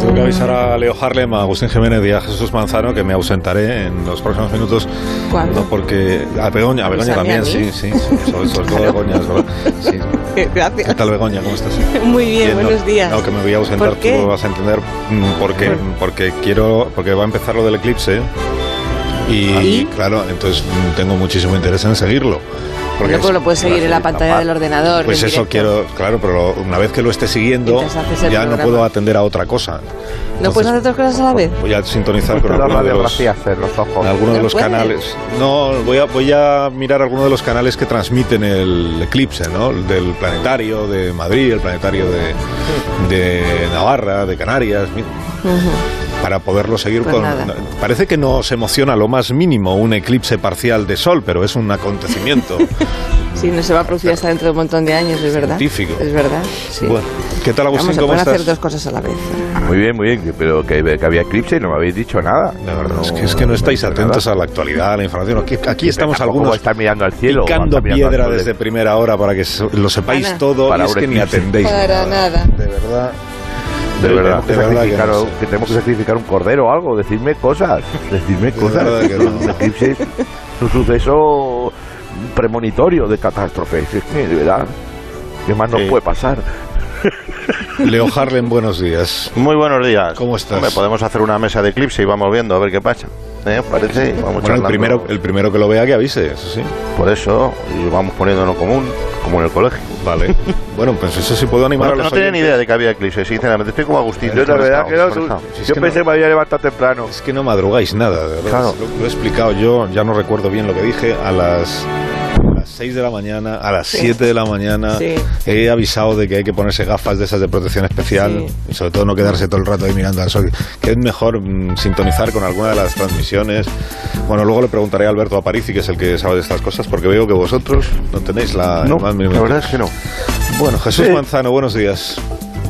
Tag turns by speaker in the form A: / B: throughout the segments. A: Tengo que avisar a Leo Harlem, a Agustín Jiménez y a Jesús Manzano que me ausentaré en los próximos minutos.
B: ¿Cuándo?
A: No porque. A Begoña, a
B: Avísame
A: Begoña
B: a
A: también,
B: mí.
A: sí, sí. sí, Sobre, sobre todo a Begoña, es verdad. Sí. ¿Qué
B: Gracias.
A: tal, Begoña? ¿Cómo estás?
B: Muy bien,
A: no,
B: buenos días.
A: No, que me voy a ausentar,
B: ¿Por qué?
A: tú vas a entender mm, por qué.
B: ¿Por-
A: Porque quiero. Porque va a empezar lo del eclipse. Y,
B: ¿Y?
A: claro, entonces mm, tengo muchísimo interés en seguirlo.
B: Bueno, pues
A: es-
B: lo puedes seguir en la pantalla del ordenador,
A: Pues
B: en
A: eso
B: directo.
A: quiero, claro, pero lo- una vez que lo esté siguiendo,
B: Mientras haces el
A: ya no
B: programa.
A: puedo atender a otra cosa.
B: ¿No puedes
A: Entonces,
B: hacer dos cosas a la vez?
A: Voy a sintonizar con
C: Pero la
A: alguno de los,
C: radiografía hacer los ojos.
A: en alguno de
B: ¿No
A: los
B: puede?
A: canales. No, voy a, voy a mirar alguno de los canales que transmiten el eclipse, ¿no? El Del planetario de Madrid, el planetario de, de Navarra, de Canarias. mi- Para poderlo seguir
B: Pues
A: con.
B: nada.
A: Parece que nos emociona lo más mínimo un eclipse parcial de sol, pero es un acontecimiento
B: Sí, no se va a producir hasta dentro de un montón de años, es verdad.
A: Científico.
B: Es verdad, sí.
A: Bueno, ¿qué tal Agustín?
B: Vamos a
A: ¿Cómo
B: poder
A: estás?
B: hacer dos cosas a la vez.
C: Muy bien, muy bien, que- pero que, que había eclipse y no me habéis dicho nada.
A: La verdad es, que, es que no estáis atentos a la actualidad, a la información. Aquí, aquí estamos algunos
C: estar mirando al cielo. o
A: picando
C: estar mirando al
A: piedra
C: sol.
A: desde primera hora para que so- lo sepáis
B: Ana.
A: todo
C: Para
A: y es
C: un
A: que ni
C: eclipse.
A: atendéis.
B: Para nada.
A: De verdad.
C: De verdad,
A: de verdad que
C: que,
A: no sé.
C: que tenemos que sacrificar un cordero o algo. Decidme cosas. Decidme cosas.
A: verdad que no.
C: Un eclipse es un suceso premonitorio de catástrofe. Es que, de verdad. ¿Qué más nos
A: Sí.
C: puede pasar?
A: Leo Harlem, buenos días.
D: Muy buenos días.
A: ¿Cómo estás?
D: Hombre, podemos hacer una mesa de eclipse y vamos viendo a ver qué pasa. ¿Eh? Parece, vamos
A: Bueno, el
D: charlando.
A: primero, el primero que lo vea que avise, eso sí.
D: Por eso, y vamos poniéndonos común, como en el colegio.
A: Vale. bueno, pues eso sí puedo animar
D: Bueno,
A: a
D: no
A: los
D: tenía ni
A: oyentes.
D: idea de que había eclipse, sinceramente. Estoy como Agustín.
C: Yo, la verdad, que no. tú-
D: desconectado.
A: Si es
C: yo
A: que no.
C: pensé que me había levantado temprano.
A: Es que no madrugáis nada, de verdad.
C: Claro.
A: Lo, lo he explicado yo, ya no recuerdo bien lo que dije, a las... A las 6 de la mañana, a las 7 de la mañana,
B: Sí.
A: he avisado de que hay que ponerse gafas de esas de protección especial
B: Sí.
A: y sobre todo no quedarse todo el rato ahí mirando al sol. Que es mejor mm, sintonizar con alguna de las transmisiones. Bueno, luego le preguntaré a Alberto Aparici, que es el que sabe de estas cosas, porque veo que vosotros no tenéis la, el
C: No,
A: más mínimo
D: La verdad es que no.
A: Bueno, Jesús
E: Sí.
A: Manzano, buenos días.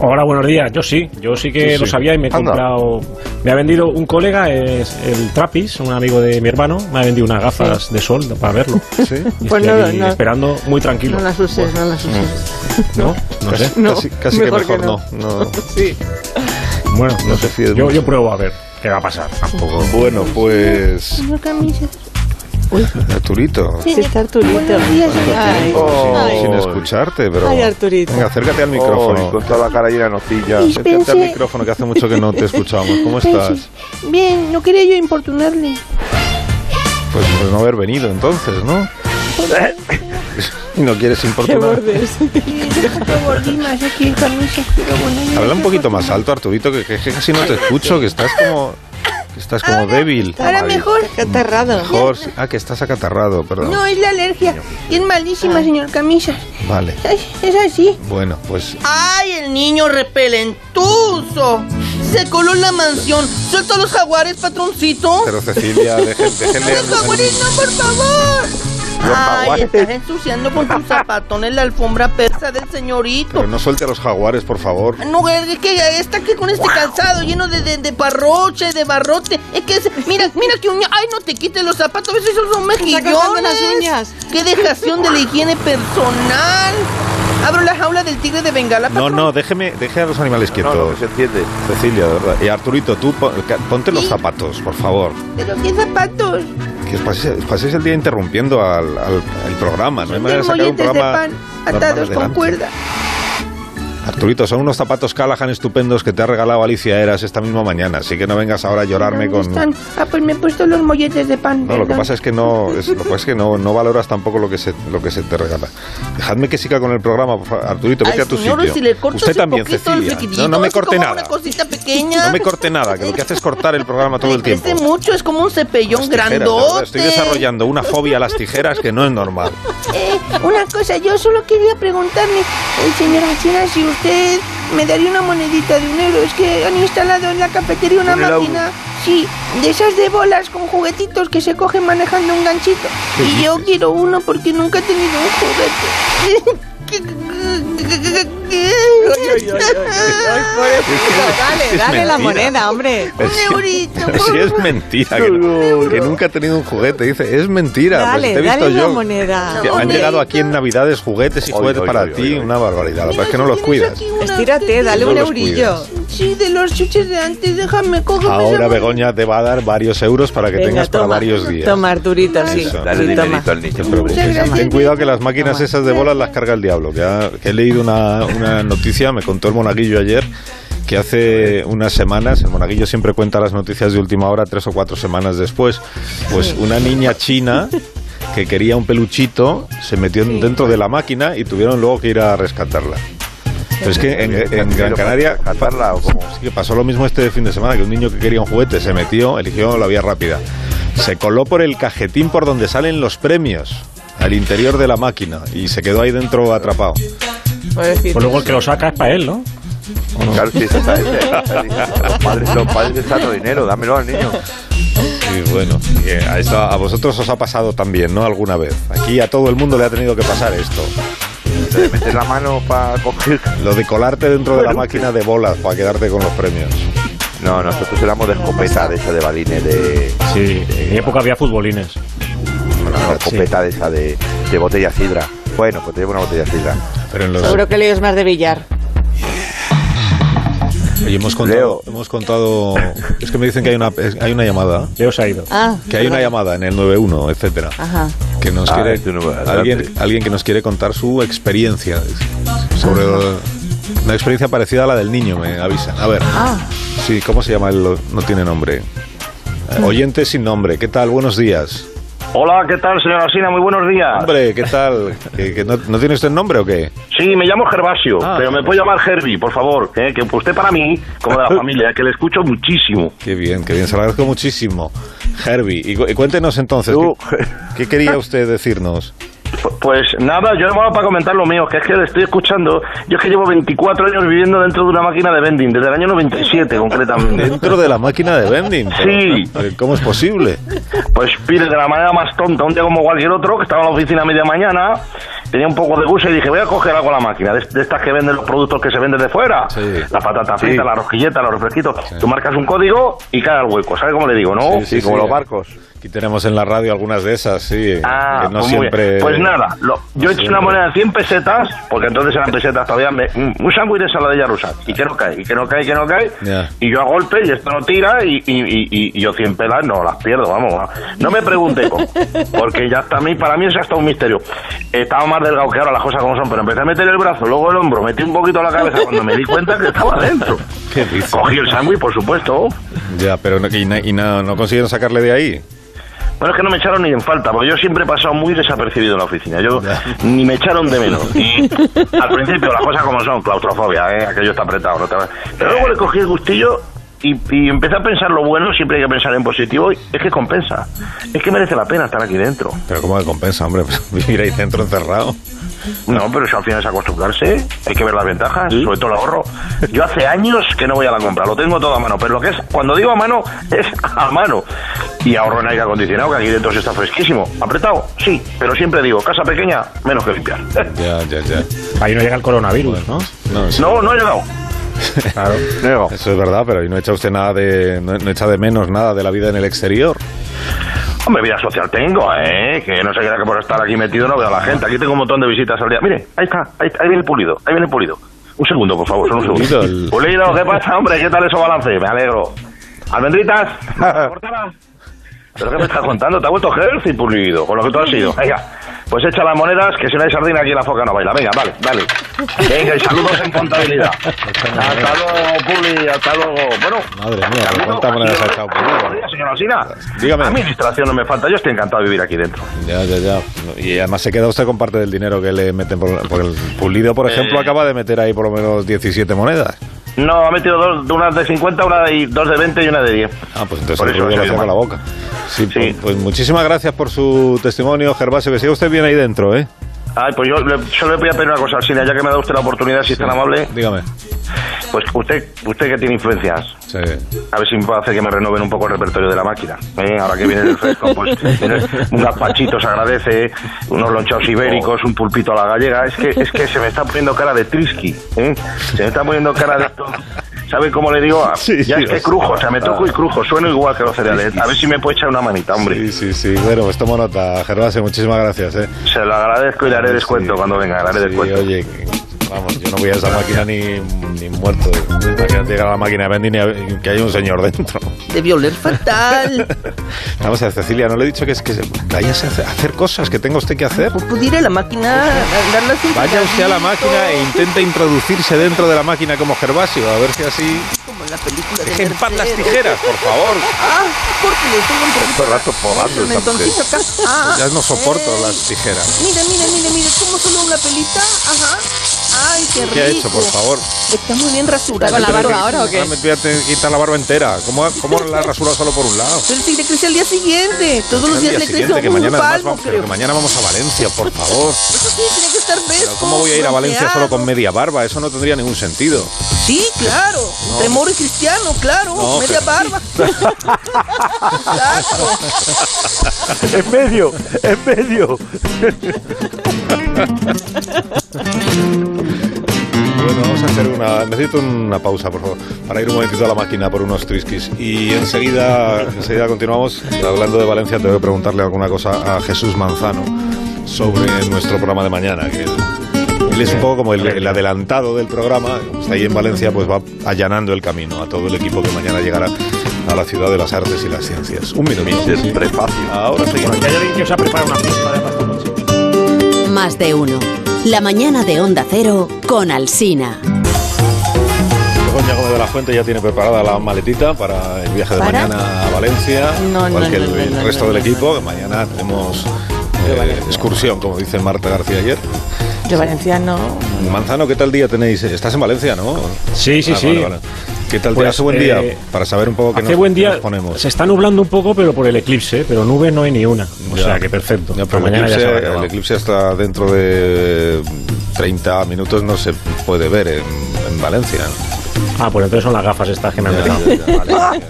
E: Hola, buenos días. Yo sí, yo sí que
A: Sí,
E: lo
A: sí.
E: sabía y me he
D: Anda.
E: comprado. Me ha vendido un colega, es el Trapis, un amigo de mi hermano, me ha vendido unas gafas de sol para verlo.
A: Sí.
E: Y
B: Pues
E: estoy
B: no,
E: aquí
B: no.
E: esperando muy tranquilo.
B: No las uses, no
A: Mm.
B: las uses.
E: ¿No?
A: No sé,
B: No,
A: casi, casi
B: mejor
A: que mejor
B: que no.
A: no. no.
B: Sí.
E: Bueno, no,
A: No te
E: sé.
A: fíes
E: Yo,
A: mucho.
E: yo pruebo a ver qué va a pasar. Tampoco.
A: Bueno, pues. Arturito.
B: Sí, está Arturito. Ay,
C: Oh.
A: Sin escucharte, pero.
B: Ay, Arturito.
A: Venga, acércate al
C: Oh, y
A: micrófono.
C: con toda la cara llena de nocillas.
A: Acércate al
F: Pensé-
A: micrófono, que hace mucho que no te escuchamos. ¿Cómo estás?
F: Pensé, Bien, no quería yo importunarle.
A: Pues por no haber venido entonces, ¿no? Y no quieres
B: qué
A: importunar.
B: bordes.
F: Y es un poco gordinas aquí en camisa, pero bueno. ya
A: Habla un
F: sé
A: poquito
F: por-
A: más alto, Arturito, que, que- que casi no te escucho, que estás como. que estás como débil.
F: Ahora mejor.
B: Qué aterrado.
A: Mejor. Ah, que estás acatarrado, perdón.
F: No, es la alergia. Y es malísima, señor Camisas.
A: Vale.
F: Ay, Es así.
A: Bueno, pues.
G: ¡Ay, el niño repelentuso! Se coló en la mansión. ¡Suelta los jaguares, patroncito!
A: Pero Cecilia, dejen- déjenle.
G: ¡Los jaguares no, por favor! ¡Ay, estás ensuciando con tus zapatones la alfombra persa del señorito!
A: Pero no suelte a los jaguares, por favor.
G: No, es que está aquí con este calzado lleno de, de, de parroche, de barrote. Es que, es- mira, mira que uña. Ay, no te quites los zapatos, a veces esos son
B: cortando
G: mejillones.
B: las uñas.
G: ¡Qué dejación de la higiene personal! Abro la jaula del tigre de Bengala,
A: No,
G: patrón.
A: no, déjeme, deje a los animales
C: No,
A: quietos.
C: no, que se entiende.
A: Cecilia, de verdad. Y Arturito, tú pon- ca- ponte los
F: Sí.
A: zapatos, por favor.
F: Pero qué zapatos.
A: Que os paséis, os paséis el día interrumpiendo al, al- al programa. No hay manera de
F: Tengo
A: sacar un
F: dientes de
A: programa.
F: pan
A: normal
F: atados con
A: adelante.
F: cuerda.
A: Arturito, son unos zapatos Callahan estupendos que te ha regalado Alicia Eras esta misma mañana, así que no vengas ahora a llorarme
F: ¿Dónde
A: con...
F: están? Ah, pues me he puesto los molletes de pan.
A: No, lo que
F: perdón.
A: pasa es que no, es, lo que pasa es que no, no valoras tampoco lo que se lo que se te regala. Dejadme que siga con el programa, por favor. Arturito, vete
G: Ay,
A: a tu
G: señor,
A: sitio.
G: si le cortas
A: Usted
G: un
A: también,
G: poquito el
A: Cecilia.
G: flequillito,
A: No, no me
G: así como
A: corte nada.
G: una cosita pequeña.
A: No me corte nada, que lo que hace es cortar el programa todo el
G: Me crece
A: tiempo.
G: mucho, es como un cepellón
A: Las tijeras, de verdad,
G: grandote.
A: Estoy desarrollando una fobia a las tijeras que no es normal.
F: Eh, una cosa, yo solo quería preguntarle, eh, señora China, si usted me daría una monedita de un euro. Es que han instalado en la cafetería una
C: Un euro.
F: máquina, sí, de esas de bolas con juguetitos que se cogen manejando un ganchito. Y yo quiero uno porque nunca he tenido un juguete.
B: Dale, dale la
A: mentira. pues
B: moneda, hombre.
A: Es-
F: Un eurito,
A: Sí, es mentira. Que, no- que nunca ha tenido un juguete. Dice, es mentira. pues,
B: Dale,
A: te he visto
B: dale la
A: yo.
B: moneda.
A: Que han
F: Hombre.
A: llegado aquí en Navidades juguetes y
C: Oy,
A: juguetes
C: oy,
A: para
C: oy,
A: ti.
C: oy, oy.
A: Una barbaridad. Lo
F: Mira,
A: que pasa es que no
F: si
A: los
F: tienes
A: cuidas.
F: aquí una-
B: Estírate, dale
A: No
B: un
A: los
B: eurillo.
F: Sí, de los chuches de antes, déjame, cógeme esa
A: Ahora
F: moneda.
A: Begoña te va a dar varios euros para que
B: Venga,
A: tengas para
B: toma.
A: varios días.
B: Toma, Arturito, sí.
A: Eso.
C: Dale
B: Sí,
C: dinerito
B: toma.
C: al niño. eh,
A: No te preocupes.
F: Muchas
A: Ten
F: gracias.
A: cuidado que las máquinas
B: Toma.
A: esas de bolas las carga el diablo. Que, ha- que he leído una, una noticia, me contó el monaguillo ayer, que hace unas semanas, el monaguillo siempre cuenta las noticias de última hora tres o cuatro semanas después, pues una niña china que quería un peluchito se metió en- dentro de la máquina y tuvieron luego que ir a rescatarla. Pero es que en, en Gran Canaria
C: Catarla o como.
A: Sí, que pasó lo mismo este fin de semana, que un niño que quería un juguete se metió, eligió la vía rápida. Se coló por el cajetín por donde salen los premios, al interior de la máquina, y se quedó ahí dentro atrapado.
B: Pobrecito.
E: Pues luego el que lo saca es para él, ¿no?
C: Claro, sí, eso está- Los padres, los padres están dando dinero, dámelo al niño.
A: Y bueno, y, eh, a, eso- a vosotros os ha pasado también, ¿no? Alguna vez. Aquí a todo el mundo le ha tenido que pasar esto.
C: Te le metes la mano para coger.
A: Lo de colarte dentro de la máquina de bolas para quedarte con los premios.
C: No, nosotros éramos de escopeta, de esa de balines, de.
E: Sí, en mi época había futbolines.
C: Bueno, no, escopeta de esa de, de botella sidra. Bueno, pues tenemos una botella sidra.
A: Pero en los...
B: Seguro que lees más de billar.
A: Oye, hemos contado,
C: Leo.
A: hemos contado... Es que me dicen que hay una, es- hay una llamada.
E: Leo se ha ido.
B: Ah,
A: Que hay una
B: perdón.
A: llamada en el 91, etcétera.
B: Ajá.
A: que nos
C: Ah,
A: quiere
C: este número,
A: alguien,
C: adelante.
A: alguien que nos quiere contar su experiencia sobre una experiencia parecida a la del niño me avisan a ver
B: Ah.
A: sí cómo se llama él no tiene nombre Eh, oyente sin nombre qué tal buenos días
H: Hola, ¿qué tal, señora Sina? Muy buenos días.
A: hombre qué tal ¿Que, que no, no tiene usted nombre o qué
H: Sí, me llamo Gervasio,
A: Ah,
H: pero me
A: Gervasio.
H: puede llamar Gervi, por favor. eh, que usted para mí, como de la familia, que le escucho muchísimo.
A: qué bien qué bien se lo agradezco muchísimo Herbie y, cu- y cuéntenos entonces
C: Tú.
A: ¿qué, qué quería usted decirnos
H: P- Pues nada, yo llamaba para comentar lo mío, que es que le estoy escuchando. Yo es que llevo 24 años viviendo dentro de una máquina de vending, desde el año 97 concretamente.
A: dentro de la máquina de vending
H: Sí.
A: pero, cómo es posible
H: Pues pide de la manera más tonta, un día como cualquier otro, que estaba en la oficina a media mañana, tenía un poco de gusto y dije, voy a coger algo a la máquina, de, de estas que venden los productos que se venden de fuera,
A: Sí.
H: la patata frita,
C: Sí.
H: la rosquilleta, los refresquitos. Tú marcas un código y cae al hueco, ¿sabes cómo le digo, no?
A: Sí,
C: Sí, como
A: sí.
C: los barcos.
A: Aquí tenemos en la radio algunas de esas, sí.
H: Ah,
A: que no
H: pues muy bien.
A: siempre.
H: Pues nada, lo- yo
A: no
H: he hecho
A: siempre.
H: una moneda de 100 pesetas, porque entonces eran pesetas todavía, me- un un sándwich de saladilla rusa, y que no cae, y que no cae, y que no cae,
A: Ya.
H: y yo a golpe, y esto no tira, y, y- y- y- y yo 100 pelas no las pierdo, vamos, no, no me pregunte cómo, porque ya hasta a mí, para mí es hasta un misterio. Estaba más delgado que ahora las cosas como son, pero empecé a meter el brazo, luego el hombro, metí un poquito la cabeza cuando me di cuenta que estaba dentro.
A: ¿Qué dices?
H: Cogí el sándwich, por supuesto.
A: Ya, pero no, y, na- y na- no consiguieron sacarle de ahí.
H: Bueno, es que no me echaron ni en falta, porque yo siempre he pasado muy desapercibido en la oficina. Yo
A: Ya.
H: ni me echaron de menos. Y al principio las cosas como son, claustrofobia, ¿eh? aquello está apretado. no te va- Pero luego le cogí el gustillo y, y empecé a pensar lo bueno, siempre hay que pensar en positivo. y es que compensa. Es que merece la pena estar aquí dentro.
A: Pero cómo que compensa, hombre, Pues vivir ahí dentro encerrado.
H: No, pero eso al final es acostumbrarse. Hay que ver las ventajas, sobre todo el ahorro. Yo hace años que no voy a la compra, lo tengo todo a mano. Pero lo que es, cuando digo a mano, es a mano. Y ahorro en aire acondicionado, que aquí dentro se está fresquísimo. ¿Apretado? Sí, pero siempre digo, casa pequeña, menos que limpiar.
A: Ya, ya, ya.
E: Ahí no llega el coronavirus, ¿no?
A: No, sí,
H: No, no he llegado.
E: Claro.
C: Luego.
A: Eso es verdad, pero ahí no echa usted nada de. No, no echa de menos nada de la vida en el exterior.
H: Hombre, vida social tengo, ¿eh? Que no se crea que por estar aquí metido no veo a la gente. Aquí tengo un montón de visitas al día. Mire, ahí está, ahí, ahí viene el pulido, ahí viene el pulido. Un segundo, por favor, solo un
A: Pulido,
H: segundo.
A: el-
H: Pulido, ¿qué pasa, hombre? ¿Qué tal eso balance? Me alegro. ¿Almendritas? ¿Cortadas? ¿Pero qué me estás contando? Te ha vuelto healthy pulido, con lo que tú has sido. Venga, pues echa las monedas, que si no hay sardina aquí la foca no baila. Venga, vale, vale. Venga, y saludos en contabilidad. Hasta luego, Puli, hasta luego. Bueno,
A: Madre mía, pero
H: Camilo,
A: cuántas monedas ha echado Puli.
H: Buenos días, señora Alsina.
A: Dígame.
H: Administración no me falta, yo estoy encantado de vivir aquí dentro.
A: Ya, ya, ya. Y además se queda usted con parte del dinero que le meten por, por el pulido, por ejemplo,
H: Eh.
A: acaba de meter ahí por lo menos 17 monedas.
H: No, ha metido dos, unas de 50, una de, dos de 20 y una de 10.
A: Ah, pues entonces
H: Por
A: yo creo
H: eso
A: que
H: ha
A: lo
H: sido
A: hacía con la
H: mal.
A: boca. Sí,
H: Sí.
A: Pues, pues muchísimas gracias por su testimonio, Gervasio, que siga usted bien ahí dentro, ¿eh?
H: Ay, pues yo le- solo le voy a pedir una cosa, Alsina, ya que me ha dado usted la oportunidad, si es tan amable,
A: Dígame.
H: pues usted, usted que tiene influencias,
A: Sí.
H: A ver si me puedo hacer que me renoven un poco el repertorio de la máquina. ¿eh? Ahora que viene el fresco, pues tener un gazpachito se agradece, unos lonchados ibéricos, un pulpito a la gallega. Es que, es que se me está poniendo cara de trisqui. ¿eh? Se me está poniendo cara de esto. ¿Sabe cómo le digo? Ah,
A: Sí,
H: ya
A: sí,
H: es que
A: sí.
H: crujo, o sea, me toco y crujo. Sueno igual que los cereales. A ver si me puede echar una manita, hombre.
A: Sí, sí, sí. Bueno, pues tomo nota, Gervasio, muchísimas gracias, ¿eh?
H: Se lo agradezco y le haré descuento
A: Sí.
H: cuando venga, le haré
A: Sí,
H: descuento.
A: Oye, que- vamos, yo no voy a esa máquina ni, ni muerto. Imagínate llegar a la máquina de vending y a- que hay un señor dentro.
G: Debió oler fatal.
A: Vamos a ver, Cecilia, no le he dicho que es que se- vayas a hacer- hacer cosas que tenga usted que hacer.
G: Pues pudiera la máquina a darlas un
A: Vaya usted a la
G: picadito,
A: máquina e intente introducirse dentro de la máquina como Gervasio, a ver si así...
G: Como en la película de
A: Dejen en paz las
G: Mercero.
A: tijeras, por favor.
G: Ah, porque le tengo un trompito.
C: Todo el rato podando
G: Un
C: esta mujer.
G: entoncito acá. Ah,
A: Ya no soporto
G: ey.
A: las tijeras.
G: Mire, mire, mire, mire, como solo una pelita. Ajá. Ay, qué rico.
A: ¿Qué ha hecho, por favor?
G: Está muy bien rasurada.
B: ¿Con la
G: pero-
B: barba ahora o qué?
A: Ahora me voy a tener que quitar la barba entera. ¿Cómo, cómo la rasura solo por un lado?
G: Pero si le crece al día siguiente. Todos los
A: Al
G: días
A: día
G: le crece
A: siguiente, que
G: un
A: mañana, además
G: palmo,
A: vamos, pero
G: creo.
A: que mañana vamos a Valencia, por favor.
G: Eso sí, tiene que estar fresco.
A: Pero ¿Cómo voy a ir a Valencia solo con
G: bronceado.
A: media barba? Eso no tendría ningún sentido.
G: Sí, claro. Entre moro y cristiano, claro.
A: No,
G: Media
A: pero-
G: barba. claro.
C: En medio, en medio.
A: Bueno, vamos a hacer una... Necesito una pausa, por favor, para ir un momentito a la máquina por unos trisquis. Y enseguida, enseguida continuamos. Hablando de Valencia, te voy a preguntarle alguna cosa a Jesús Manzano sobre nuestro programa de mañana, que él es un poco como el, el adelantado del programa, como está ahí en Valencia, pues va allanando el camino a todo el equipo que mañana llegará a la ciudad de las artes y las ciencias. Un minuto.
C: Siempre fácil.
A: Ahora seguimos.
E: Que hay alguien que os ha preparado una fiesta de esta noche.
I: Más de uno. La mañana de Onda Cero con Alsina.
A: Begoña Gómez de la Fuente ya tiene preparada la maletita para el viaje de
B: ¿Para?
A: mañana a Valencia,
B: No,
A: igual
B: no,
A: que
B: no,
A: el,
B: no,
A: el
B: no,
A: resto
B: no,
A: del
B: no,
A: equipo,
B: no.
A: que mañana tenemos eh, excursión, como dice Marta García ayer.
B: Yo Valencia no.
A: Manzano, ¿qué tal día tenéis? Estás en Valencia, ¿no?
E: Sí, sí,
A: Ah,
E: sí.
A: vale, vale. ¿Qué tal
E: Pues,
A: te hace buen
E: eh,
A: día? Para saber un poco qué
E: Hace
A: nos,
E: buen
A: qué
E: día.
A: nos ponemos.
E: Se está nublando un poco, pero por el eclipse. Pero nubes no hay ni una. O
A: Ya.
E: sea que perfecto.
A: Ya,
E: Para
A: pero el,
E: mañana ya se habrá
A: eclipse, el
E: acabado.
A: eclipse hasta dentro de 30 minutos no se puede ver en, en Valencia.
E: Ah, pues entonces son las gafas estas que me han
A: Ya,
E: metido.
A: ya, ya, vale.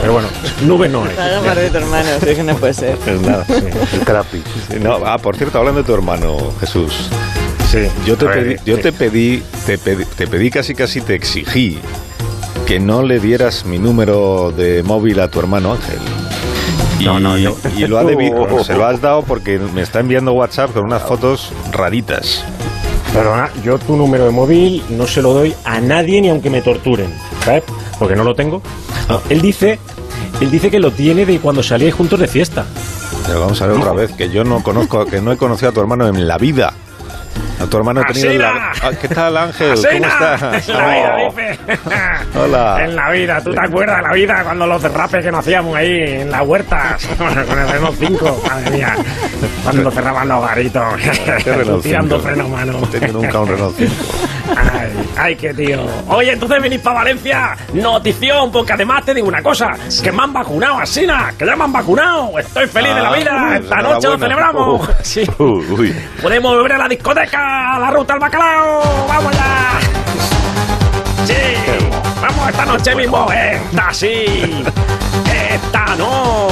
E: Pero bueno, nubes no hay.
B: Claro, para de tu hermano, sí que no puede ser.
A: Pues nada, sí.
C: El crappy.
A: Sí, No, ah, por cierto, hablando de tu hermano, Jesús.
E: Sí.
A: Yo te
E: A ver, eh,
A: pedí,
E: sí.
A: yo te pedí, te pedí, te pedí casi casi te exigí que no le dieras mi número de móvil a tu hermano Ángel. Y, y lo ha debido,
E: Oh.
A: se lo has dado porque me está enviando WhatsApp con unas fotos raritas.
E: Perdona, yo tu número de móvil no se lo doy a nadie ni aunque me torturen, ¿sabes? Porque no lo tengo.
A: Ah.
E: No, él dice, él dice que lo tiene de cuando salíais juntos de fiesta.
A: Pero vamos a ver otra vez que yo no conozco, que no he conocido a tu hermano en la vida. A tu hermano he tenido en la...
E: ¡Asina!
A: Ah, ¿Qué tal Ángel? ¿Cómo estás? Oh, Hola.
E: En la vida, ¿tú te acuerdas la vida cuando los derrapes que nos hacíamos ahí en las huertas? Con el Renault 5, madre mía. Cuando cerraban los garitos.
A: qué Renault
E: Tirando
A: 5.
E: freno a mano.
A: No he tenido nunca un Renault 5.
E: Ay, ay, qué tío. Oye, entonces venís para Valencia. Notición, porque además te digo una cosa: que me han vacunado, Asina, que ya me han vacunado. Estoy feliz de la
A: Ah,
E: vida.
A: pues
E: Esta noche lo
A: enhorabuena.
E: celebramos. Sí.
A: Uy.
E: Podemos volver a la discoteca, a la ruta al bacalao. ¡Vamos ya! Sí, vamos esta noche mismo. Esta sí. Esta no.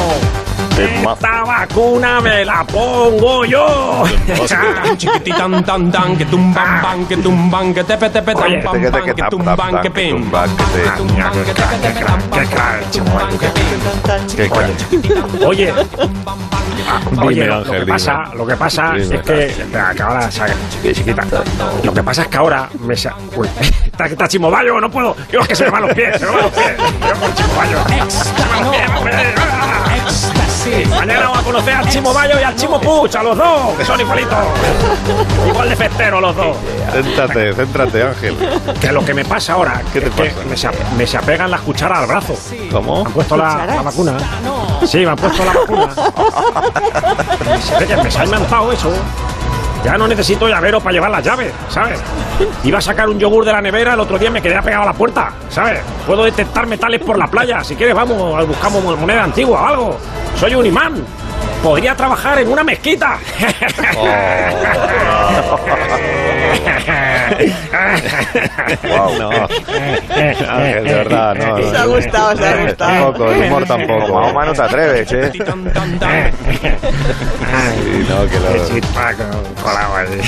D: Es más-
E: Esta vacuna me la pongo yo. Ah.
J: Chiquititán, tan, tan, que tumban, pan, que tumban, que tepe, tepe, tan,
D: Oye, este
J: pan,
D: que-
J: pan,
D: que-
J: que
D: tap,
J: tumban,
D: tap,
J: que
D: tap, que
J: pim.
D: tumban, que pim.
J: Tumban, que tepe, tepe, tan, pan, pan, que tumban, que pim.
D: Qué crack.
E: Oye, oye,
A: Dime,
E: lo,
A: Ángel,
E: que
A: dime.
E: pasa, lo que pasa
A: Dime.
E: es que, espera, que ahora sa- chiquita. Lo que pasa es que ahora me sa- Uy, está, está chimoballo, no puedo. Yo es que se me van los pies, se me van los pies. Yo por chimoballo. Se me van los pies, hombre. Mañana vamos a conocer al Chimo Bayo y al Chimo Puch, a los dos, que son igualitos. Igual de festeros los dos.
A: Céntrate, céntrate, Ángel.
E: Que lo que me pasa ahora,
A: ¿Qué te
E: es que
A: pasa?
E: me se, ap- me se apegan las cucharas al brazo.
A: ¿Cómo?
E: Me han puesto la, la vacuna. Sí, me han puesto la vacuna. Se ve que me se ha enmanzado eso. Ya no necesito llavero para llevar las llaves, ¿sabes? Iba a sacar un yogur de la nevera, el otro día me quedé pegado a la puerta, ¿sabes? Puedo detectar metales por la playa, si quieres vamos, buscamos mon- moneda antigua o algo. Soy un imán. Podría trabajar en una mezquita.
J: Oh.
D: Guau.
A: No, Ángel, de verdad, no.
B: Os ha
A: no.
B: gustado, os ha gustado.
D: Tampoco, el humor tampoco. Más o menos te atreves, ¿eh?
J: Tan, tan, tan.
A: Sí, no, que
E: Qué
A: lo-
E: chispaco, colado ahí.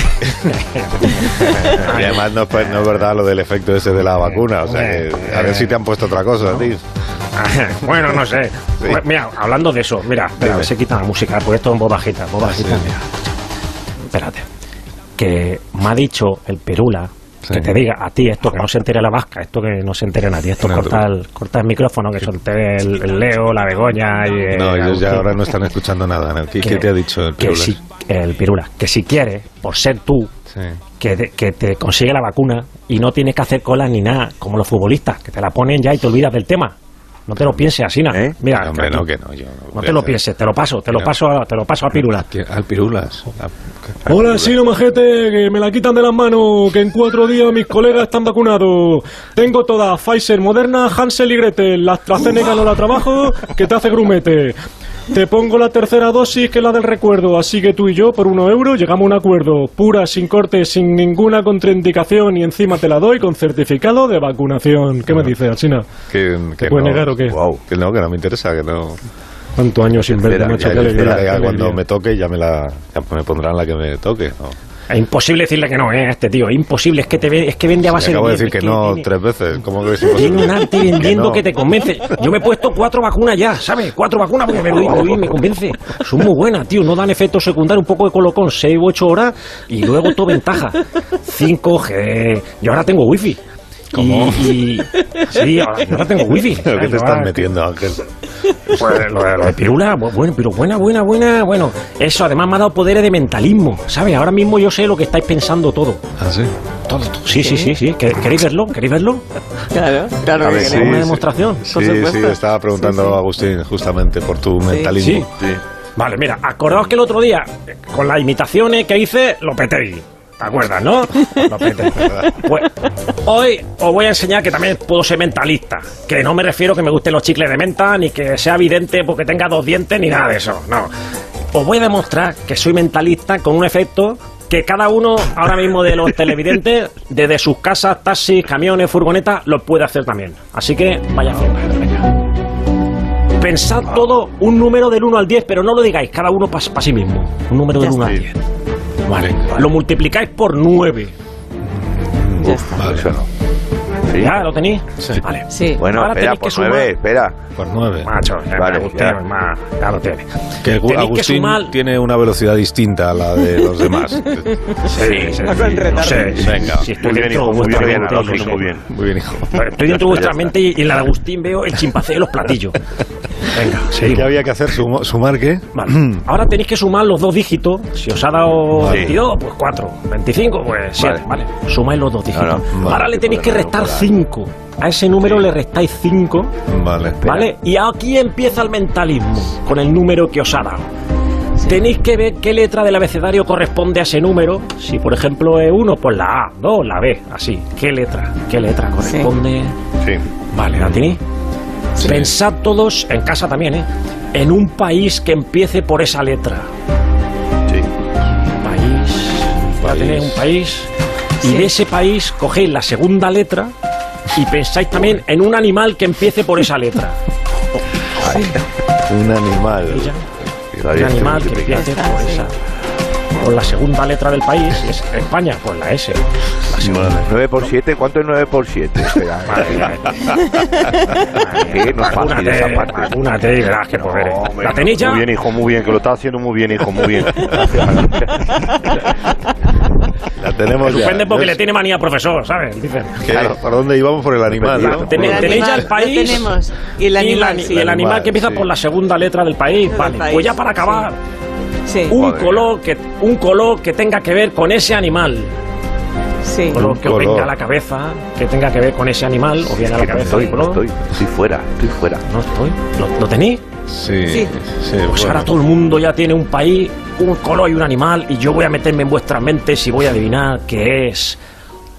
A: Y además no, es pa- no es verdad lo del efecto ese de la vacuna. O sea, que a ver si te han puesto otra cosa a ti.
E: bueno, no sé.
A: Sí.
E: Pues, mira, hablando de eso, mira, espera, a ver, se quita la música, pues esto en voz bajita, voz bajita,
A: Ah, Sí.
E: mira. Espérate. Que me ha dicho el Perula
A: Sí.
E: que te diga a ti esto, que no se entere la vasca, esto que no se entere nadie, esto
A: No,
E: corta,
A: tú-
E: el, corta el micrófono, que solté el, el Leo, la Begoña y... el
A: No, ellos
E: Agustín.
A: ya ahora no están escuchando nada. ¿no? ¿Qué,
E: Que-
A: qué te ha dicho el
E: que
A: Pirulas?
E: si, el Pirula, que si quieres, por ser tú,
A: Sí.
E: que, de- que te consigue la vacuna y no tienes que hacer cola ni nada, como los futbolistas, que te la ponen ya y te olvidas del tema. No te lo pienses así, nada.
C: ¿Eh?
E: Mira,
A: No, hombre,
E: tú-
A: no, que no. Yo
E: no te lo pienses, te lo paso, te lo
A: No.
E: paso, a, te lo paso a Pirula.
A: ¿Qué- Al Pirulas. Ah, A- al
J: Hola,
A: Pirulas.
J: Sino Majete, que me la quitan de las manos, que en cuatro días mis colegas están vacunados. Tengo todas, Pfizer, Moderna, Hansel y Gretel. La AstraZeneca no la trabajo, que te hace grumete. Te pongo la tercera dosis, que es la del recuerdo, así que tú y yo, por uno euro, llegamos a un acuerdo. Pura, sin corte, sin ninguna contraindicación, y encima te la doy con certificado de vacunación. ¿Qué me dices, Alcina?
A: Que, que
J: ¿Te puedes
A: no.
J: negar o qué?
A: Guau, que no, que no me interesa, que no.
J: ¿Cuántos años sin verte,
A: Espera,
J: macho?
A: ya,
J: Qué alegría,
A: espera,
J: qué
A: ya cuando
J: alegría.
A: me toque ya me la ya me pondrán la que me toque. ¿no?
E: Es imposible decirle que no, ¿eh? a Este tío, es imposible, es que, te, ve- es que vende a
A: Me
E: base
A: acabo de
E: miedo,
A: decir
E: es
A: que no
E: tiene-
A: tres veces. ¿Cómo que es
E: Tiene
A: imposible?
E: un arte
A: Que
E: vendiendo
A: no.
E: que te convence. Yo me he puesto cuatro vacunas ya, ¿sabes? Cuatro vacunas porque me, doy- me doy- me convence. Son muy buenas, tío. No dan efectos secundarios. Un poco de colocón, seis u ocho horas y luego todo ventaja. 5G. Yo ahora tengo wifi.
A: ¿Cómo?
E: Y, y- sí, ahora, yo ahora tengo wifi.
A: ¿Pero qué te estás
E: Ahora-
A: metiendo, Ángel?
E: pues, lo, de- lo de pirula, bu- bueno, pero buena, buena, buena. Bueno, eso además me ha dado poderes de mentalismo, ¿sabes? Ahora mismo yo sé lo que estáis pensando todo.
A: ¿Ah, sí?
E: Todo, todo. Sí, sí, sí, sí. ¿Que- ¿Queréis verlo? ¿Queréis verlo?
B: Claro, claro
A: A
B: que
A: ver,
B: sí.
A: sí.
E: ¿Una demostración?
A: Sí,
B: Por
A: sí,
B: supuesto.
A: estaba preguntando
B: Sí, sí.
A: Agustín justamente por tu
E: Sí.
A: mentalismo.
E: Vale, mira, acordaos que el otro día, eh, con las imitaciones que hice, lo peté. ¿Te acuerdas, no? Lo peté. Pues hoy os voy a enseñar que también puedo ser mentalista. Que no me refiero que me gusten los chicles de menta, ni que sea vidente porque tenga dos dientes, ni nada de eso. No. Os voy a demostrar que soy mentalista con un efecto que cada uno ahora mismo de los televidentes, desde sus casas, taxis, camiones, furgonetas, lo puede hacer también. Así que vaya haciendo. venga. Pensad todo un número del 1 al 10, pero no lo digáis, cada uno para sí mismo. Un número del 1 al 10. Vale. Lo multiplicáis por 9.
B: Ya está.
A: Vale.
C: Eso no. Sí.
E: ¿Ya Ah, lo tenéis? Vale.
B: Sí.
C: Bueno,
E: Ahora
C: espera,
E: tenéis que
C: por
E: sumar.
C: nueve, espera.
A: Por Pues nueve.
E: Macho,
C: Vale,
E: vale,
C: ya.
E: ya lo tienes.
A: Que el gu-
E: Tenéis que
A: Agustín
E: sumar-
A: tiene una velocidad distinta a la de los demás.
E: Sí, sí, sí, no sé, sí, sí,
A: Venga.
E: Pues
D: Muy bien,
E: estoy
D: hijo,
E: dentro de
D: muy
E: vuestra
D: bien,
E: mente,
D: Alonso,
E: sí.
D: muy bien.
A: Muy bien, hijo.
E: Estoy dentro de vuestra mente y y en la de Agustín veo el chimpancé de los platillos. Venga,
A: ¿Qué
E: seguimos.
A: había que hacer? Sumo- ¿Sumar qué?
E: Vale. Ahora tenéis que sumar los dos dígitos. Si os ha dado 22, pues 4. 25, pues 7. Vale. Sumáis los dos dígitos.
C: No, no,
E: Ahora
C: vale,
E: le tenéis que
C: porque no,
E: restar
C: no,
E: 5. A ese número le restáis 5.
A: Vale.
E: ¿Vale? Y aquí empieza el mentalismo, con el número que os ha dado. Tenéis que ver qué letra del abecedario corresponde a ese número. Si, por ejemplo, es 1, pues la A, 2, la B, así. ¿Qué letra? ¿Qué letra corresponde?
D: Sí.
E: Vale, ¿la tenéis? Pensad todos, en casa también, ¿eh? En un país que empiece por esa letra.
D: Sí.
E: País. ¿La tenéis? Un país. Y de ese país cogéis la segunda letra y pensáis también en un animal que empiece por esa letra.
A: Un animal.
E: Y ya. Un animal que empiece por esa. Por la segunda letra del país es España, pues la S.
C: 9 por 7, ¿cuánto es 9 por 7?
E: Sí,
C: no es fácil esa parte.
E: Vacúnate y verás que poder eres. ¿La tenéis ya?
D: Muy bien, hijo, muy bien, que lo estás haciendo muy bien, hijo, muy bien.
A: La tenemos ya.
E: Depende porque
A: Yo
E: le tiene manía al profesor, ¿sabes? Dicen.
A: sé que- ¿Por dónde íbamos? Por el animal,
E: La-
A: ¿no?
E: tenéis-
A: Por-
E: tenéis ya el
B: lo
E: país.
B: tenemos. Y el animal,
E: la-
B: sí.
E: y el
A: El
E: animal
A: animal,
E: que empieza
A: sí.
E: por la segunda letra del país. Vale,
B: país,
E: pues ya para acabar,
B: Sí,
E: un, color que, un color que tenga que ver con ese animal.
B: sí.
E: Un color que os
A: color.
E: venga a la cabeza, que tenga que ver con ese animal, o viene a la
C: no
E: cabeza.
C: estoy,
E: un
C: no
E: color.
C: estoy, estoy fuera, estoy fuera.
E: No estoy. ¿Lo, lo tenéis?
A: Sí,
B: Sí.
A: sí,
E: Pues
A: bueno.
E: ahora todo el mundo ya tiene un país, un color y un animal, y yo voy a meterme en vuestras mentes y voy a adivinar qué es.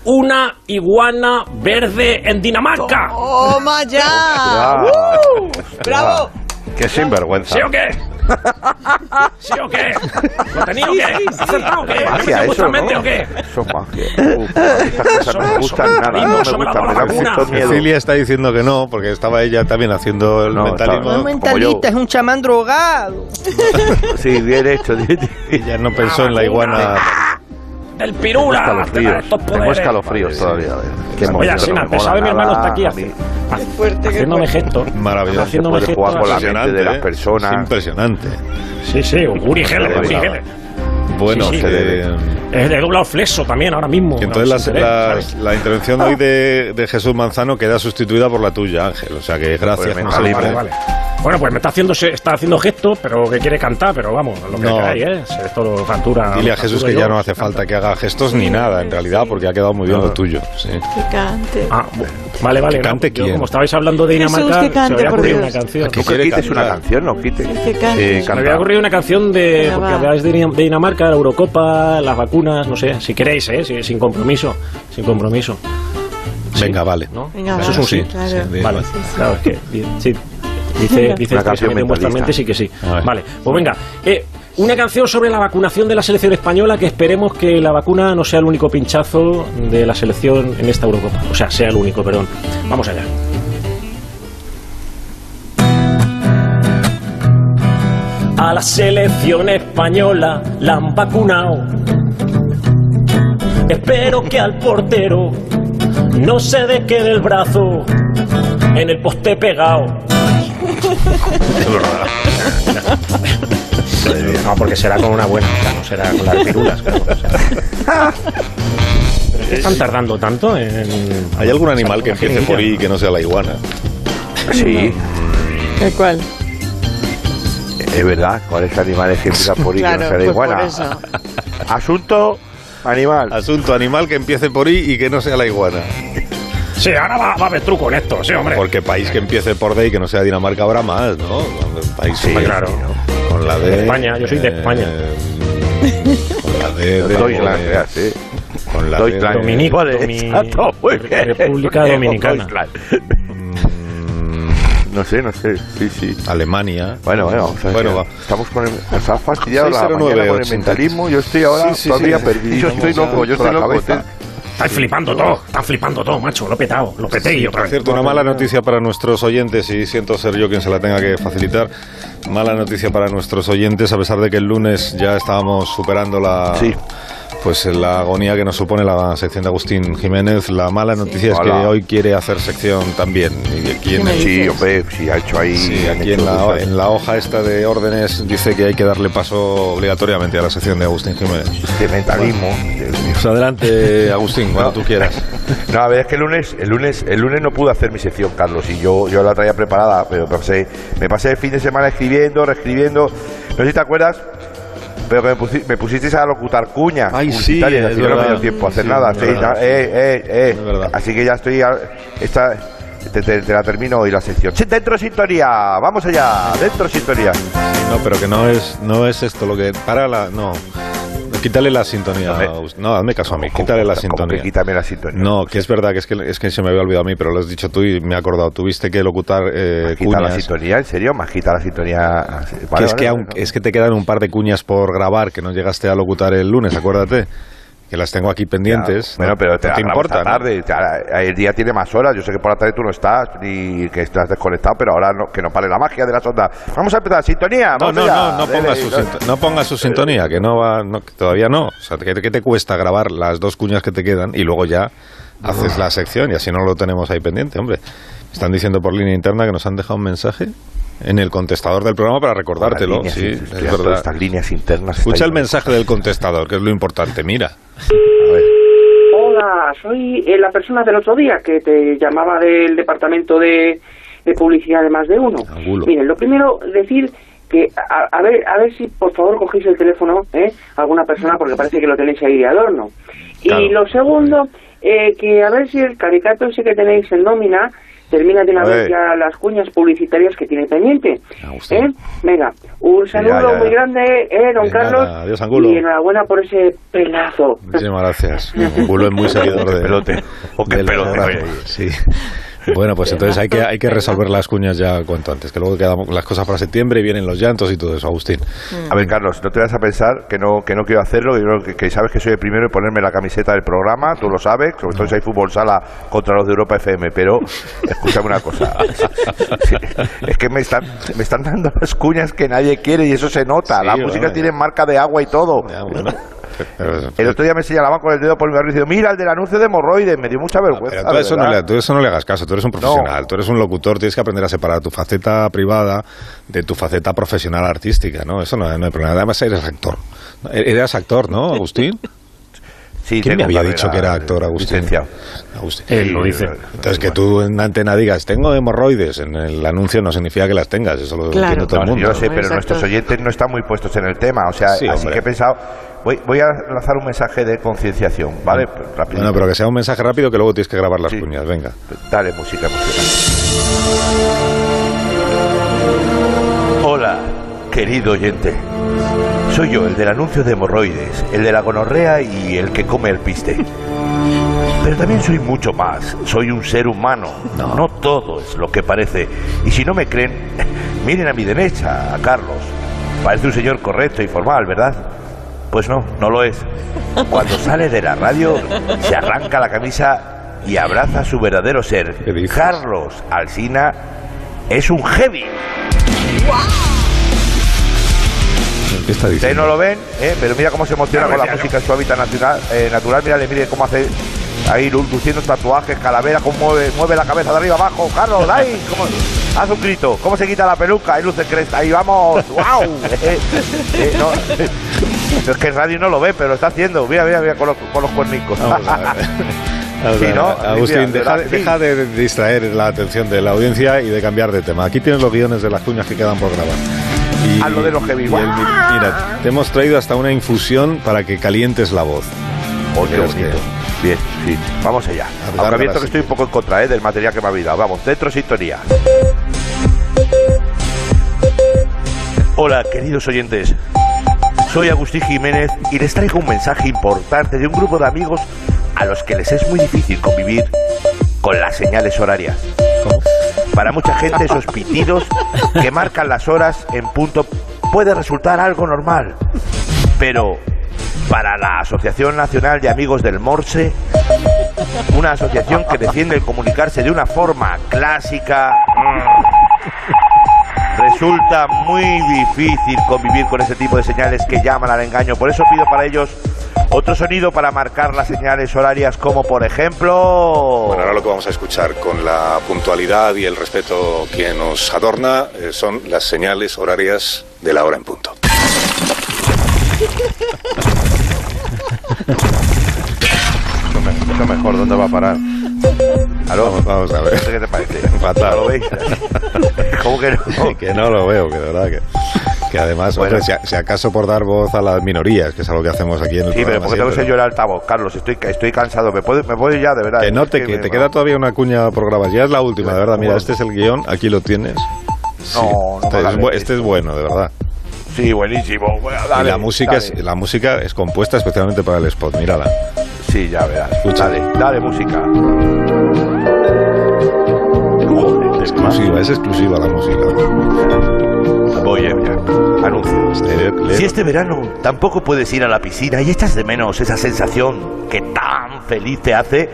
E: Una iguana verde en Dinamarca.
C: Oh.
B: ¡Toma ya!
C: Ah,
B: ¡Uh! ¡Bravo!
D: Qué sinvergüenza.
E: ¿Sí o qué? ¿Sí o qué? ¿Lo tenía o qué? ¿Acertado o qué? ¿Me
C: magia
E: metes
C: eso, ¿no?
E: o qué?
C: Eso es magia. Uf, estas cosas no me gustan
E: Son-
C: nada, no me
E: son
C: gustan, me
E: la
C: da mucho
E: vacuna.
C: miedo.
A: Cecilia está diciendo que no, porque estaba ella también haciendo el
C: No,
A: mentalismo.
C: estaba-
F: No es mentalista, es un chamán drogado.
C: Sí, bien hecho.
A: Ella no pensó en la iguana.
E: ¡Del pirula! te da
C: escalofríos.
E: estos
C: Tengo
E: poderes! Pues
C: escalofríos todavía. eh. Qué
E: Oye,
C: emoción,
E: así
C: no
E: a
C: me
E: pesar
C: mola
E: de mi hermano
C: nada
E: está aquí
C: a
E: hace-
C: mí.
E: hace-
B: fuerte que
E: haciéndome
B: fue.
E: gestos.
A: Maravilloso.
C: Se
E: Haciéndome
C: puede jugar con la
E: gestos.
C: mente de las
A: ¿eh?
C: personas.
A: Es impresionante.
E: Sí, sí, Uri Geller, Uri Geller.
A: Bueno,
E: Sí, sí.
A: eh,
E: Es de doblado fleso también ahora mismo.
A: entonces las-
E: Sin querer,
A: las-
E: ¿sabes?
A: la intervención hoy de, de Jesús Manzano queda sustituida por la tuya, Ángel. O sea que gracias.
C: Pues
A: como
C: vale,
A: siempre.
E: Vale, vale. Bueno, pues me está haciendo, se- está haciendo gestos, pero que quiere cantar, pero vamos, lo que
A: No.
E: queráis, ¿eh? Se- Esto lo factura.
A: Dile a
E: factura
A: Jesús que
E: yo.
A: ya no hace falta que haga gestos ni nada, en realidad, porque ha quedado muy bien lo tuyo. sí.
B: Picante.
E: Ah, bu- vale, vale.
A: Que
E: no,
A: cante
E: yo,
A: quién.
E: como estabais hablando de
B: Jesús,
E: Dinamarca,
B: que cante,
E: se me había
B: por
E: ocurrido
B: Dios.
E: una canción.
A: Aquí
C: Tú que
A: quiere
C: quites una
A: cantar.
C: canción, no quites.
B: Que cante.
C: Eh,
E: Se me
C: canta.
E: había ocurrido una canción de.
B: Venga,
E: Porque
B: va.
E: habláis de Dina- de Dinamarca, la Eurocopa, las vacunas, no sé, si queréis, ¿eh? Si- sin compromiso. Sin compromiso.
A: Venga, vale.
E: ¿no?
B: Venga,
E: Eso es
B: va,
E: un sí.
B: claro.
A: Sí, de-
E: Vale, claro, es que. di- Sí. Dice, dice
C: Una
E: que se
C: canción
E: mete en vuestra
C: mentalista.
E: mente, sí que sí.
A: A ver.
E: Vale, pues venga. eh, una canción sobre la vacunación de la selección española que esperemos que la vacuna no sea el único pinchazo de la selección en esta Eurocopa. O sea, sea el único, perdón. Vamos allá. A la selección española la han vacunado. Espero que al portero no se de quede el brazo en el poste pegado. Pues, No, porque será con una buena, o sea, no será con las pirulas. claro, o sea. ¿Por qué están tardando tanto en...?
A: ¿Hay algún animal que empiece por I y que no sea la iguana?
C: Sí,
B: ¿El cual?
C: es verdad. Con esos animales que empiezan por ir, que no
B: Claro,
C: será
B: pues por
C: iguana.
B: eso.
C: Asunto animal.
A: Asunto, animal que empiece por I y que no sea la iguana.
E: Sí, ahora va, va a haber truco en esto, sí, hombre.
A: Porque país que empiece por D y que no sea Dinamarca habrá más, ¿no? País
E: Sí, claro.
A: Con la D. eh,
E: De España, yo soy de España.
A: Con la D de.
C: Deutschland,
A: de-
C: ya, sí.
A: con la E, D de-
C: Deutschland.
E: Dominic-
C: Vale,
E: Domi-
C: exacto, muy bien.
E: República Dominicana.
C: Deutschland. Mm, No sé, no sé. Sí, sí.
A: Alemania.
C: Bueno, bueno, vamos a ver.
A: Bueno, va.
C: estamos con el, nos ha fastidiado la
A: 609,
C: mañana con el
A: 80.
C: mentalismo. Yo estoy ahora
A: Sí, sí,
C: todavía
A: sí.
C: perdido.
A: Yo estoy
C: Vamos
A: loco,
C: a-
D: yo
C: por
D: estoy
C: la
D: loco,
C: cabeza.
E: Están flipando todo, están flipando todo, macho. Lo he petado, lo peté yo otra
A: Por
E: vez.
A: cierto, una mala noticia para nuestros oyentes, y siento ser yo quien se la tenga que facilitar. Mala noticia para nuestros oyentes, a pesar de que el lunes ya estábamos superando la.
C: Sí.
A: Pues la agonía que nos supone la sección de Agustín Jiménez. La mala noticia es que
C: Hola.
A: hoy quiere hacer sección también. Y aquí en,
B: ¿Qué me
A: el-
C: Sí, hombre, sí, ha hecho ahí.
A: sí,
C: han
A: aquí en
C: hecho
A: la,
C: cosas.
A: en la hoja esta de órdenes dice que hay que darle paso obligatoriamente a la sección de Agustín Jiménez.
C: de mentalismo. Dios mío.
A: Pues adelante, Agustín, cuando tú quieras.
C: No, a ver, es que el lunes, el lunes, el lunes no pude hacer mi sección, Carlos, y yo, yo la traía preparada, pero pasé, me pasé el fin de semana escribiendo, reescribiendo. No sé si te acuerdas, pero que me, pusi- me pusisteis a locutar cuñas
A: Ay, sí,
C: publicitarias,
A: es
C: así que no me
A: verdad.
C: dio tiempo a hacer
A: Sí,
C: nada.
A: es
C: sí,
A: verdad,
C: na-
A: sí.
C: eh, eh, eh.
A: Es verdad.
C: Así que ya estoy, a- esta, te, te- te la termino y la sección. Sí, Dentro sintonía, vamos allá, dentro sintonía.
A: No, pero que no es, no es esto lo que. Para la. No. Quítale la sintonía.
C: Hombre.
A: Agus- No, hazme caso a mí. Quítale
C: Como
A: la
C: que
A: sintonía.
C: quítame la sintonía.
A: No, que es verdad que es que, es que se me había olvidado a mí, pero lo has dicho tú y me he acordado. Tuviste que locutar eh,
C: Más Ah, quita la
A: cuñas.
C: sintonía, en serio, más quita la sintonía. ah,
A: Que
C: Vale,
A: es, que
C: vale,
A: aún-
C: vale.
A: es que te quedan un par de cuñas por grabar que no llegaste a locutar el lunes, acuérdate. que las tengo aquí pendientes.
C: Bueno,
A: no-
C: pero
A: no
C: te,
A: te importa.
C: importa.
A: ¿no?
C: Tarde, te- ahora, el día tiene más horas. Yo sé que por la tarde tú no estás ni que estás desconectado, pero ahora no- que no pare la magia de la sonda. Vamos a empezar. Sintonía.
A: No,
C: vamos
A: no,
C: allá.
A: no, no
C: Dele,
A: pongas su,
C: no-
A: sinto- no pongas su sintonía, que no va, no, que todavía no. O sea, ¿qué, qué te cuesta grabar las dos cuñas que te quedan y luego ya haces
C: Ah.
A: la sección y así no lo tenemos ahí pendiente, hombre? Están diciendo por línea interna que nos han dejado un mensaje en el contestador del programa para recordártelo.
C: Las líneas,
A: sí,
C: sí,
A: es
C: estoy harto de
A: verdad.
C: Estas líneas internas.
A: Escucha
C: está
A: el
C: lleno.
A: mensaje del contestador, que es lo importante. Mira.
K: Hola, soy eh, la persona del otro día que te llamaba del departamento de, de publicidad de más de uno.
A: Ah, Angulo.
K: Miren, lo primero decir que a, a ver a ver si por favor cogéis el teléfono ¿eh? alguna persona porque parece que lo tenéis ahí de adorno. Y lo segundo eh, que a ver si el caricato ese que tenéis en nómina termina de una
C: Joder.
K: vez ya las cuñas publicitarias que tiene pendiente. ¿eh? Venga, un saludo
A: ya, ya.
K: muy grande, eh, don
A: De
K: Carlos.
A: nada. Adiós, Angulo.
K: Y enhorabuena por ese pelazo.
A: Muchísimas gracias. Angulo es muy seguidor de
C: pelote. O qué
A: del
C: pelote,
A: programa.
C: oye.
A: Sí. Bueno, pues entonces hay que, hay que resolver las cuñas ya cuanto antes, que luego quedan las cosas para septiembre y vienen los llantos y todo eso, Agustín.
C: A ver, Carlos, no te vas a pensar que no, que no quiero hacerlo, que, yo- que- que sabes que soy el primero en ponerme la camiseta del programa, tú lo sabes, sobre
A: Mm.
C: todo si hay fútbol sala contra los de Europa FM, pero escúchame una cosa, Sí, es que me están, me están dando las cuñas que nadie quiere y eso se nota,
A: Sí,
C: la
A: bueno,
C: música
A: ya.
C: tiene marca de agua y todo.
A: Pero,
C: El otro día me señalaban con el dedo por mi barrio y diciendo, mira el del anuncio de hemorroides, me dio mucha vergüenza.
A: Ah, pero tú, a
C: de
A: eso no
C: verdad.
A: le, tú a eso no le hagas caso, tú eres un profesional, tú eres un locutor, tienes que aprender a separar tu faceta privada de tu faceta profesional artística, ¿no? Eso no, no hay problema, además eres actor. Eras actor, ¿no, Agustín?
C: Sí,
A: ¿Quién me
C: tengo carrera
A: había dicho que era actor, Agustín?
C: licenciado.
A: Agustín.
C: Eh,
E: Él lo dice.
A: Entonces, que tú en antena digas, tengo hemorroides en el anuncio no significa que las tengas, eso lo
B: Claro.
A: entiende todo el
C: No,
A: mundo.
C: Yo lo sé, pero
B: Exacto.
C: nuestros oyentes no están muy puestos en el tema. O sea,
A: Sí,
C: así
A: hombre.
C: que he pensado. Voy, voy a lanzar un mensaje de concienciación, ¿vale? Rápido.
A: Bueno, pero que sea un mensaje rápido que luego tienes que grabar las
C: Sí.
A: cuñas, venga.
C: Dale música, música. Hola, querido oyente. Soy yo, el del anuncio de hemorroides, el de la gonorrea y el que come el piste. Pero también soy mucho más. Soy un ser humano. No, todo es lo que parece. Y si no me creen, miren a mi derecha, a Carlos. Parece un señor correcto y formal, ¿verdad? Pues no, no lo es. Cuando sale de la radio, se arranca la camisa y abraza a su verdadero ser. Carlos Alsina es un heavy.
A: ¿Qué está
C: Ustedes
A: diciendo?
C: no lo ven, ¿eh? pero mira cómo se emociona con la música en su hábitat natural. eh, natural. Mírale, mire cómo hace ahí lu- luciendo tatuajes, calaveras, cómo mueve, mueve la cabeza de arriba abajo. Carlos, ahí, cómo, haz un grito. ¿Cómo se quita la peluca? Ahí luce cresta. Ahí vamos. ¡Wow! es que el radio no lo ve, pero lo está haciendo. Mira, mira, mira con los, con los cuernicos.
A: Vamos pues, a ver. Vamos
C: Sí,
A: a ver.
C: ¿no? Mira,
A: Agustín,
C: de
A: deja,
C: la- sí.
A: deja de distraer la atención de la audiencia y de cambiar de tema. Aquí tienes los guiones de las cuñas que quedan por grabar. Y,
C: Haz lo de los heavy.
A: y el mi- mira, te hemos traído hasta una infusión para que calientes la voz.
C: Oh, qué
A: Verás que-
C: bonito. Bien, sí. Vamos allá.
A: Adelante,
C: Aunque advierto
A: ahora
C: que
A: sí.
C: estoy un poco en contra ¿eh? del material que me habéis dado. Vamos, dentro sintonía. Hola, queridos oyentes. Soy Agustín Jiménez y les traigo un mensaje importante de un grupo de amigos a los que les es muy difícil convivir con las señales horarias. Para mucha gente esos pitidos que marcan las horas en punto puede resultar algo normal, pero para la Asociación Nacional de Amigos del Morse, una asociación que defiende el comunicarse de una forma clásica, mm, resulta muy difícil convivir con ese tipo de señales que llaman al engaño. Por eso pido para ellos otro sonido para marcar las señales horarias, como por ejemplo...
A: Bueno, ahora lo que vamos a escuchar con la puntualidad y el respeto que nos adorna eh, son las señales horarias de la hora en punto.
C: Mucho mejor, ¿dónde va a parar? Aló,
A: Vamos a ver.
C: ¿qué te parece?
A: Fatal.
C: ¿Lo veis? ¿Cómo que no?
A: que no lo veo, que de verdad que, que además,
C: Bueno.
A: hombre, si, a- si acaso por dar voz a las minorías, que es algo que hacemos aquí en el
C: Sí, pero
A: programa
C: porque tengo que
A: siempre,
C: ser yo el altavoz, Carlos, estoy, estoy cansado, me puedo, me puedo ir ya, de verdad.
A: Que no te,
C: Es
A: que te
C: me-
A: queda todavía una cuña por grabar. Ya es la última, de verdad. Mira,
C: Bueno.
A: este es el guión, aquí lo tienes. Sí,
C: No, no
A: este,
C: me la
A: es, bu-
C: lees.
A: este es bueno, de verdad.
C: Sí, buenísimo. bueno,
A: Y
C: dale,
A: la música,
C: dale.
A: es, la música es compuesta especialmente para el spot, mírala.
C: Sí, ya verás.
A: Escucha.
C: Dale, dale música.
A: Exclusiva, es exclusiva la música.
C: Voy, eh, ya. Anuncio. Si este verano tampoco puedes ir a la piscina y echas de menos esa sensación que tan feliz te hace,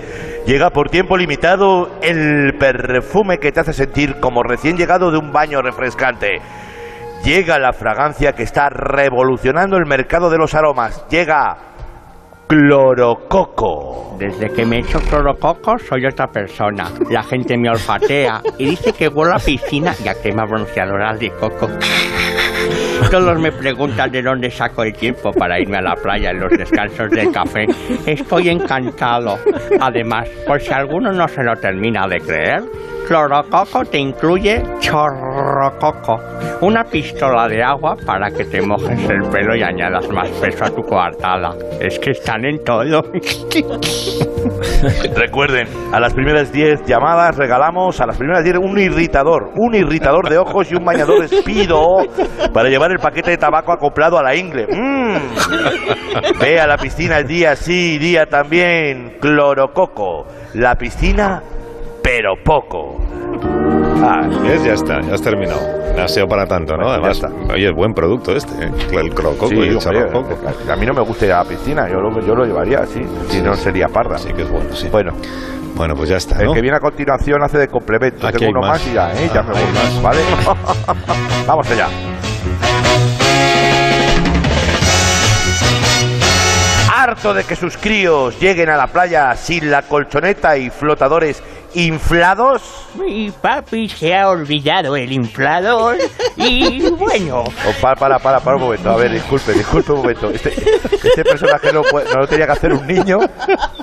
C: llega por tiempo limitado el perfume que te hace sentir como recién llegado de un baño refrescante. Llega la fragancia que está revolucionando el mercado de los aromas. Llega Clorococo.
L: Desde que me he hecho clorococo soy otra persona. La gente me olfatea y dice que huele a piscina y a crema bronceadora de coco. Todos me preguntan de dónde saco el tiempo para irme a la playa en los descansos del café. Estoy encantado. Además, por si alguno no se lo termina de creer, Clorococo te incluye chorrococo, una pistola de agua para que te mojes el pelo y añadas más peso a tu coartada. Es que están en todo.
C: Recuerden, a las primeras 10 llamadas regalamos a las primeras 10 un irritador, un irritador de ojos y un bañador espido para llevar el paquete de tabaco acoplado a la ingle. Mm. Ve a la piscina el día sí, día también. Clorococo, la piscina, pero poco.
A: Ah, ¿ves? ya está, ya has terminado. Aseo para tanto, ¿no? Además, oye, es buen producto este, ¿eh? el crococo
C: Sí,
A: y el
C: hombre, eh,
A: charrococo.
C: A mí no me gusta ir a la piscina, yo lo, yo lo llevaría así, si no sería parda. Sí
A: que es bueno, sí.
C: Bueno.
A: Bueno, pues ya está,
C: El
A: ¿no?
C: que viene a continuación hace de complemento.
A: Aquí hay
C: Tengo uno
A: más.
C: más. y ya, ¿eh? ya
A: Ah,
C: me
A: hay
C: voy, ¿vale? Vamos allá. Harto de que sus críos lleguen a la playa sin la colchoneta y flotadores inflados.
L: Mi papi se ha olvidado el inflador y bueno,
C: Oh, para, para, para, para un momento. A ver, disculpe, disculpe un momento. Este, este personaje no, puede- no lo tenía que hacer un niño.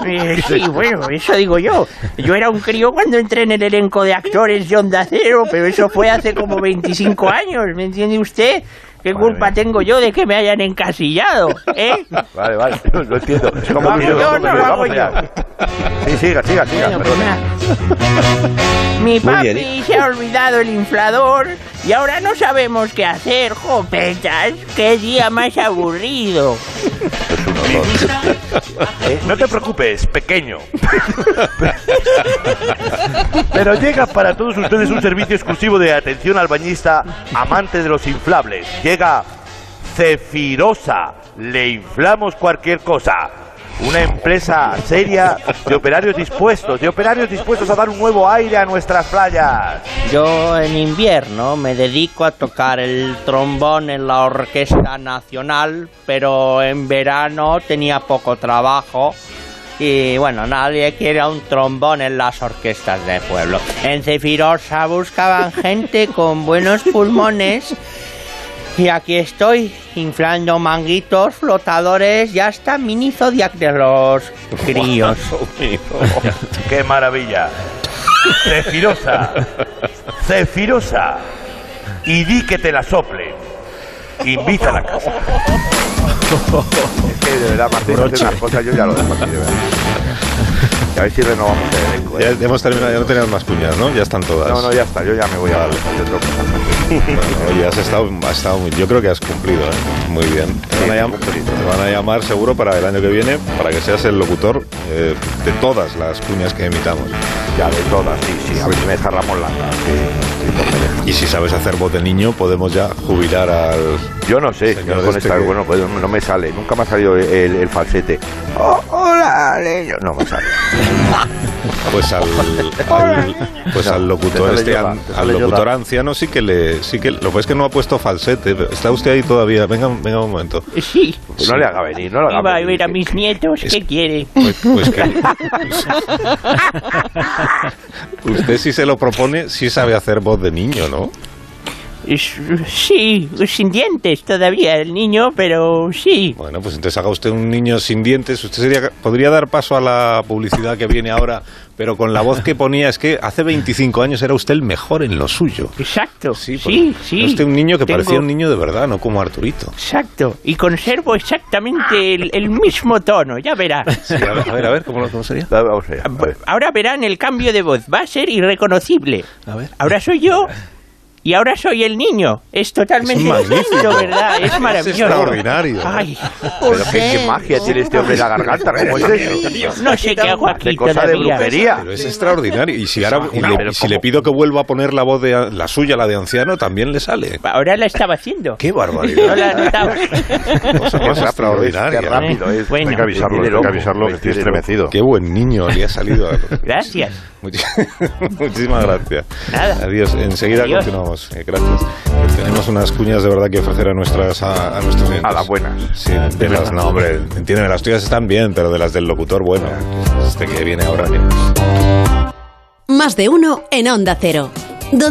L: Eh, sí, bueno, eso digo yo. Yo era un crío cuando entré en el elenco de actores de Onda Cero, pero eso fue hace como 25 años, ¿me entiende usted? ¿Qué culpa tengo yo de que me hayan encasillado? ¿Eh?
C: Vale, vale, lo entiendo. Es
L: Lo hago
C: un niño,
L: yo,
C: es un
L: no
C: niño.
L: lo hago
C: Vamos allá. Sí, siga, siga, siga.
L: Bueno, pues
C: perdone.
L: Mi
C: Muy
L: papi
C: bien.
L: se ha olvidado el inflador y ahora no sabemos qué hacer, jopetas. Qué día más aburrido.
C: Eh, No te preocupes, pequeño. Pero llega para todos ustedes un servicio exclusivo de atención al bañista amante de los inflables. Llega Cefirosa. Le inflamos cualquier cosa. Una empresa seria de operarios dispuestos, de operarios dispuestos a dar un nuevo aire a nuestras playas.
L: Yo en invierno me dedico a tocar el trombón en la Orquesta Nacional, pero en verano tenía poco trabajo y bueno, nadie quiere un trombón en las orquestas de pueblo. En Cefirosa buscaban gente con buenos pulmones y aquí estoy inflando manguitos, flotadores y hasta mini zodiac de los críos.
C: ¡Qué maravilla! Cefirosa, Cefirosa, y di que te la sople. Invita a la casa. Es que de verdad, Martín, hace unas cosas, yo ya lo dejo aquí, de verdad. A ver si renovamos el elenco. eh.
A: Ya hemos terminado, ya no tenemos más cuñas, ¿no? Ya están todas.
C: No, no, ya está, yo ya me voy a dar
A: Bueno, oye, has estado, has estado muy, yo creo que has cumplido, ¿eh? muy bien. Te van, a llam- te van a llamar seguro para el año que viene para que seas el locutor eh, de todas las cuñas que emitamos.
C: Ya, de todas, sí, sí. A ver si me deja Ramón Landa.
A: Y si sabes hacer voz de niño, podemos ya jubilar al.
C: Yo no sé, yo con esta- bueno, pues no me sale, nunca me ha salido el, el falsete. Oh, hola, niño. No me sale.
A: Pues al, al- pues al locutor
C: Déjale
A: este,
C: llorar,
A: an- al
C: déjale
A: locutor
C: llorar.
A: anciano sí que le, sí que lo que es que no ha puesto falsete. pero Está usted ahí todavía. Venga, venga un momento.
L: Sí.
C: No le haga venir, no le haga
L: Iba a
C: venir.
L: ver a mis nietos, ¿qué quiere?
A: Pues que usted si se lo propone, sí sabe hacer voz de niño, ¿no?
L: Es- Sí, sin dientes todavía el niño, pero sí.
A: Bueno, pues entonces haga usted un niño sin dientes. Usted sería, podría dar paso a la publicidad que viene ahora, pero con la voz que ponía es que hace 25 años era usted el mejor en lo suyo.
L: Exacto.
A: Sí,
L: Sí,
A: porque
L: sí.
A: era usted un niño que
L: Tengo-
A: parecía un niño de verdad, no como Arturito.
L: Exacto. Y conservo exactamente el, el mismo tono, ya verá.
A: Sí, a ver, a ver, a ver, ¿cómo, lo- cómo sería?
C: Vamos allá.
L: Ah, Ahora verán el cambio de voz, va a ser irreconocible.
A: A ver.
L: Ahora soy yo Y ahora soy el niño. Es totalmente distinto, ¿verdad? Es maravilloso. Ay,
C: Pero qué, qué magia tiene este hombre en la garganta.
D: Pues
C: este ¿Cómo es eso?
L: No sé qué hago aquí
C: Qué cosa de
L: todavía.
C: brujería.
A: Pero es extraordinario. Y si, ahora, y
C: Pero
A: le, y si le pido que vuelva a poner la voz de la suya, la de anciano, también le sale.
L: Ahora la estaba haciendo.
A: ¡Qué barbaridad!
L: No la he notado.
A: Cosa más extraordinaria.
D: Qué rápido es.
L: Bueno.
D: hay que avisarlo, hay que avisarlo
C: pues
D: que estoy estremecido.
A: Qué buen niño le ha salido.
L: Gracias.
A: Muchi- Muchísimas gracias.
L: Nada.
A: Adiós. Enseguida
L: Adiós.
A: continuamos. Eh, Gracias. Eh, Tenemos unas cuñas de verdad que ofrecer a nuestras a, a nuestros clientes.
C: A las buenas.
A: Sí, de las no, hombre, entiéndeme, las tuyas están bien, pero de las del locutor, eh. bueno, este que viene ahora. bien.
I: Más de uno en Onda Cero.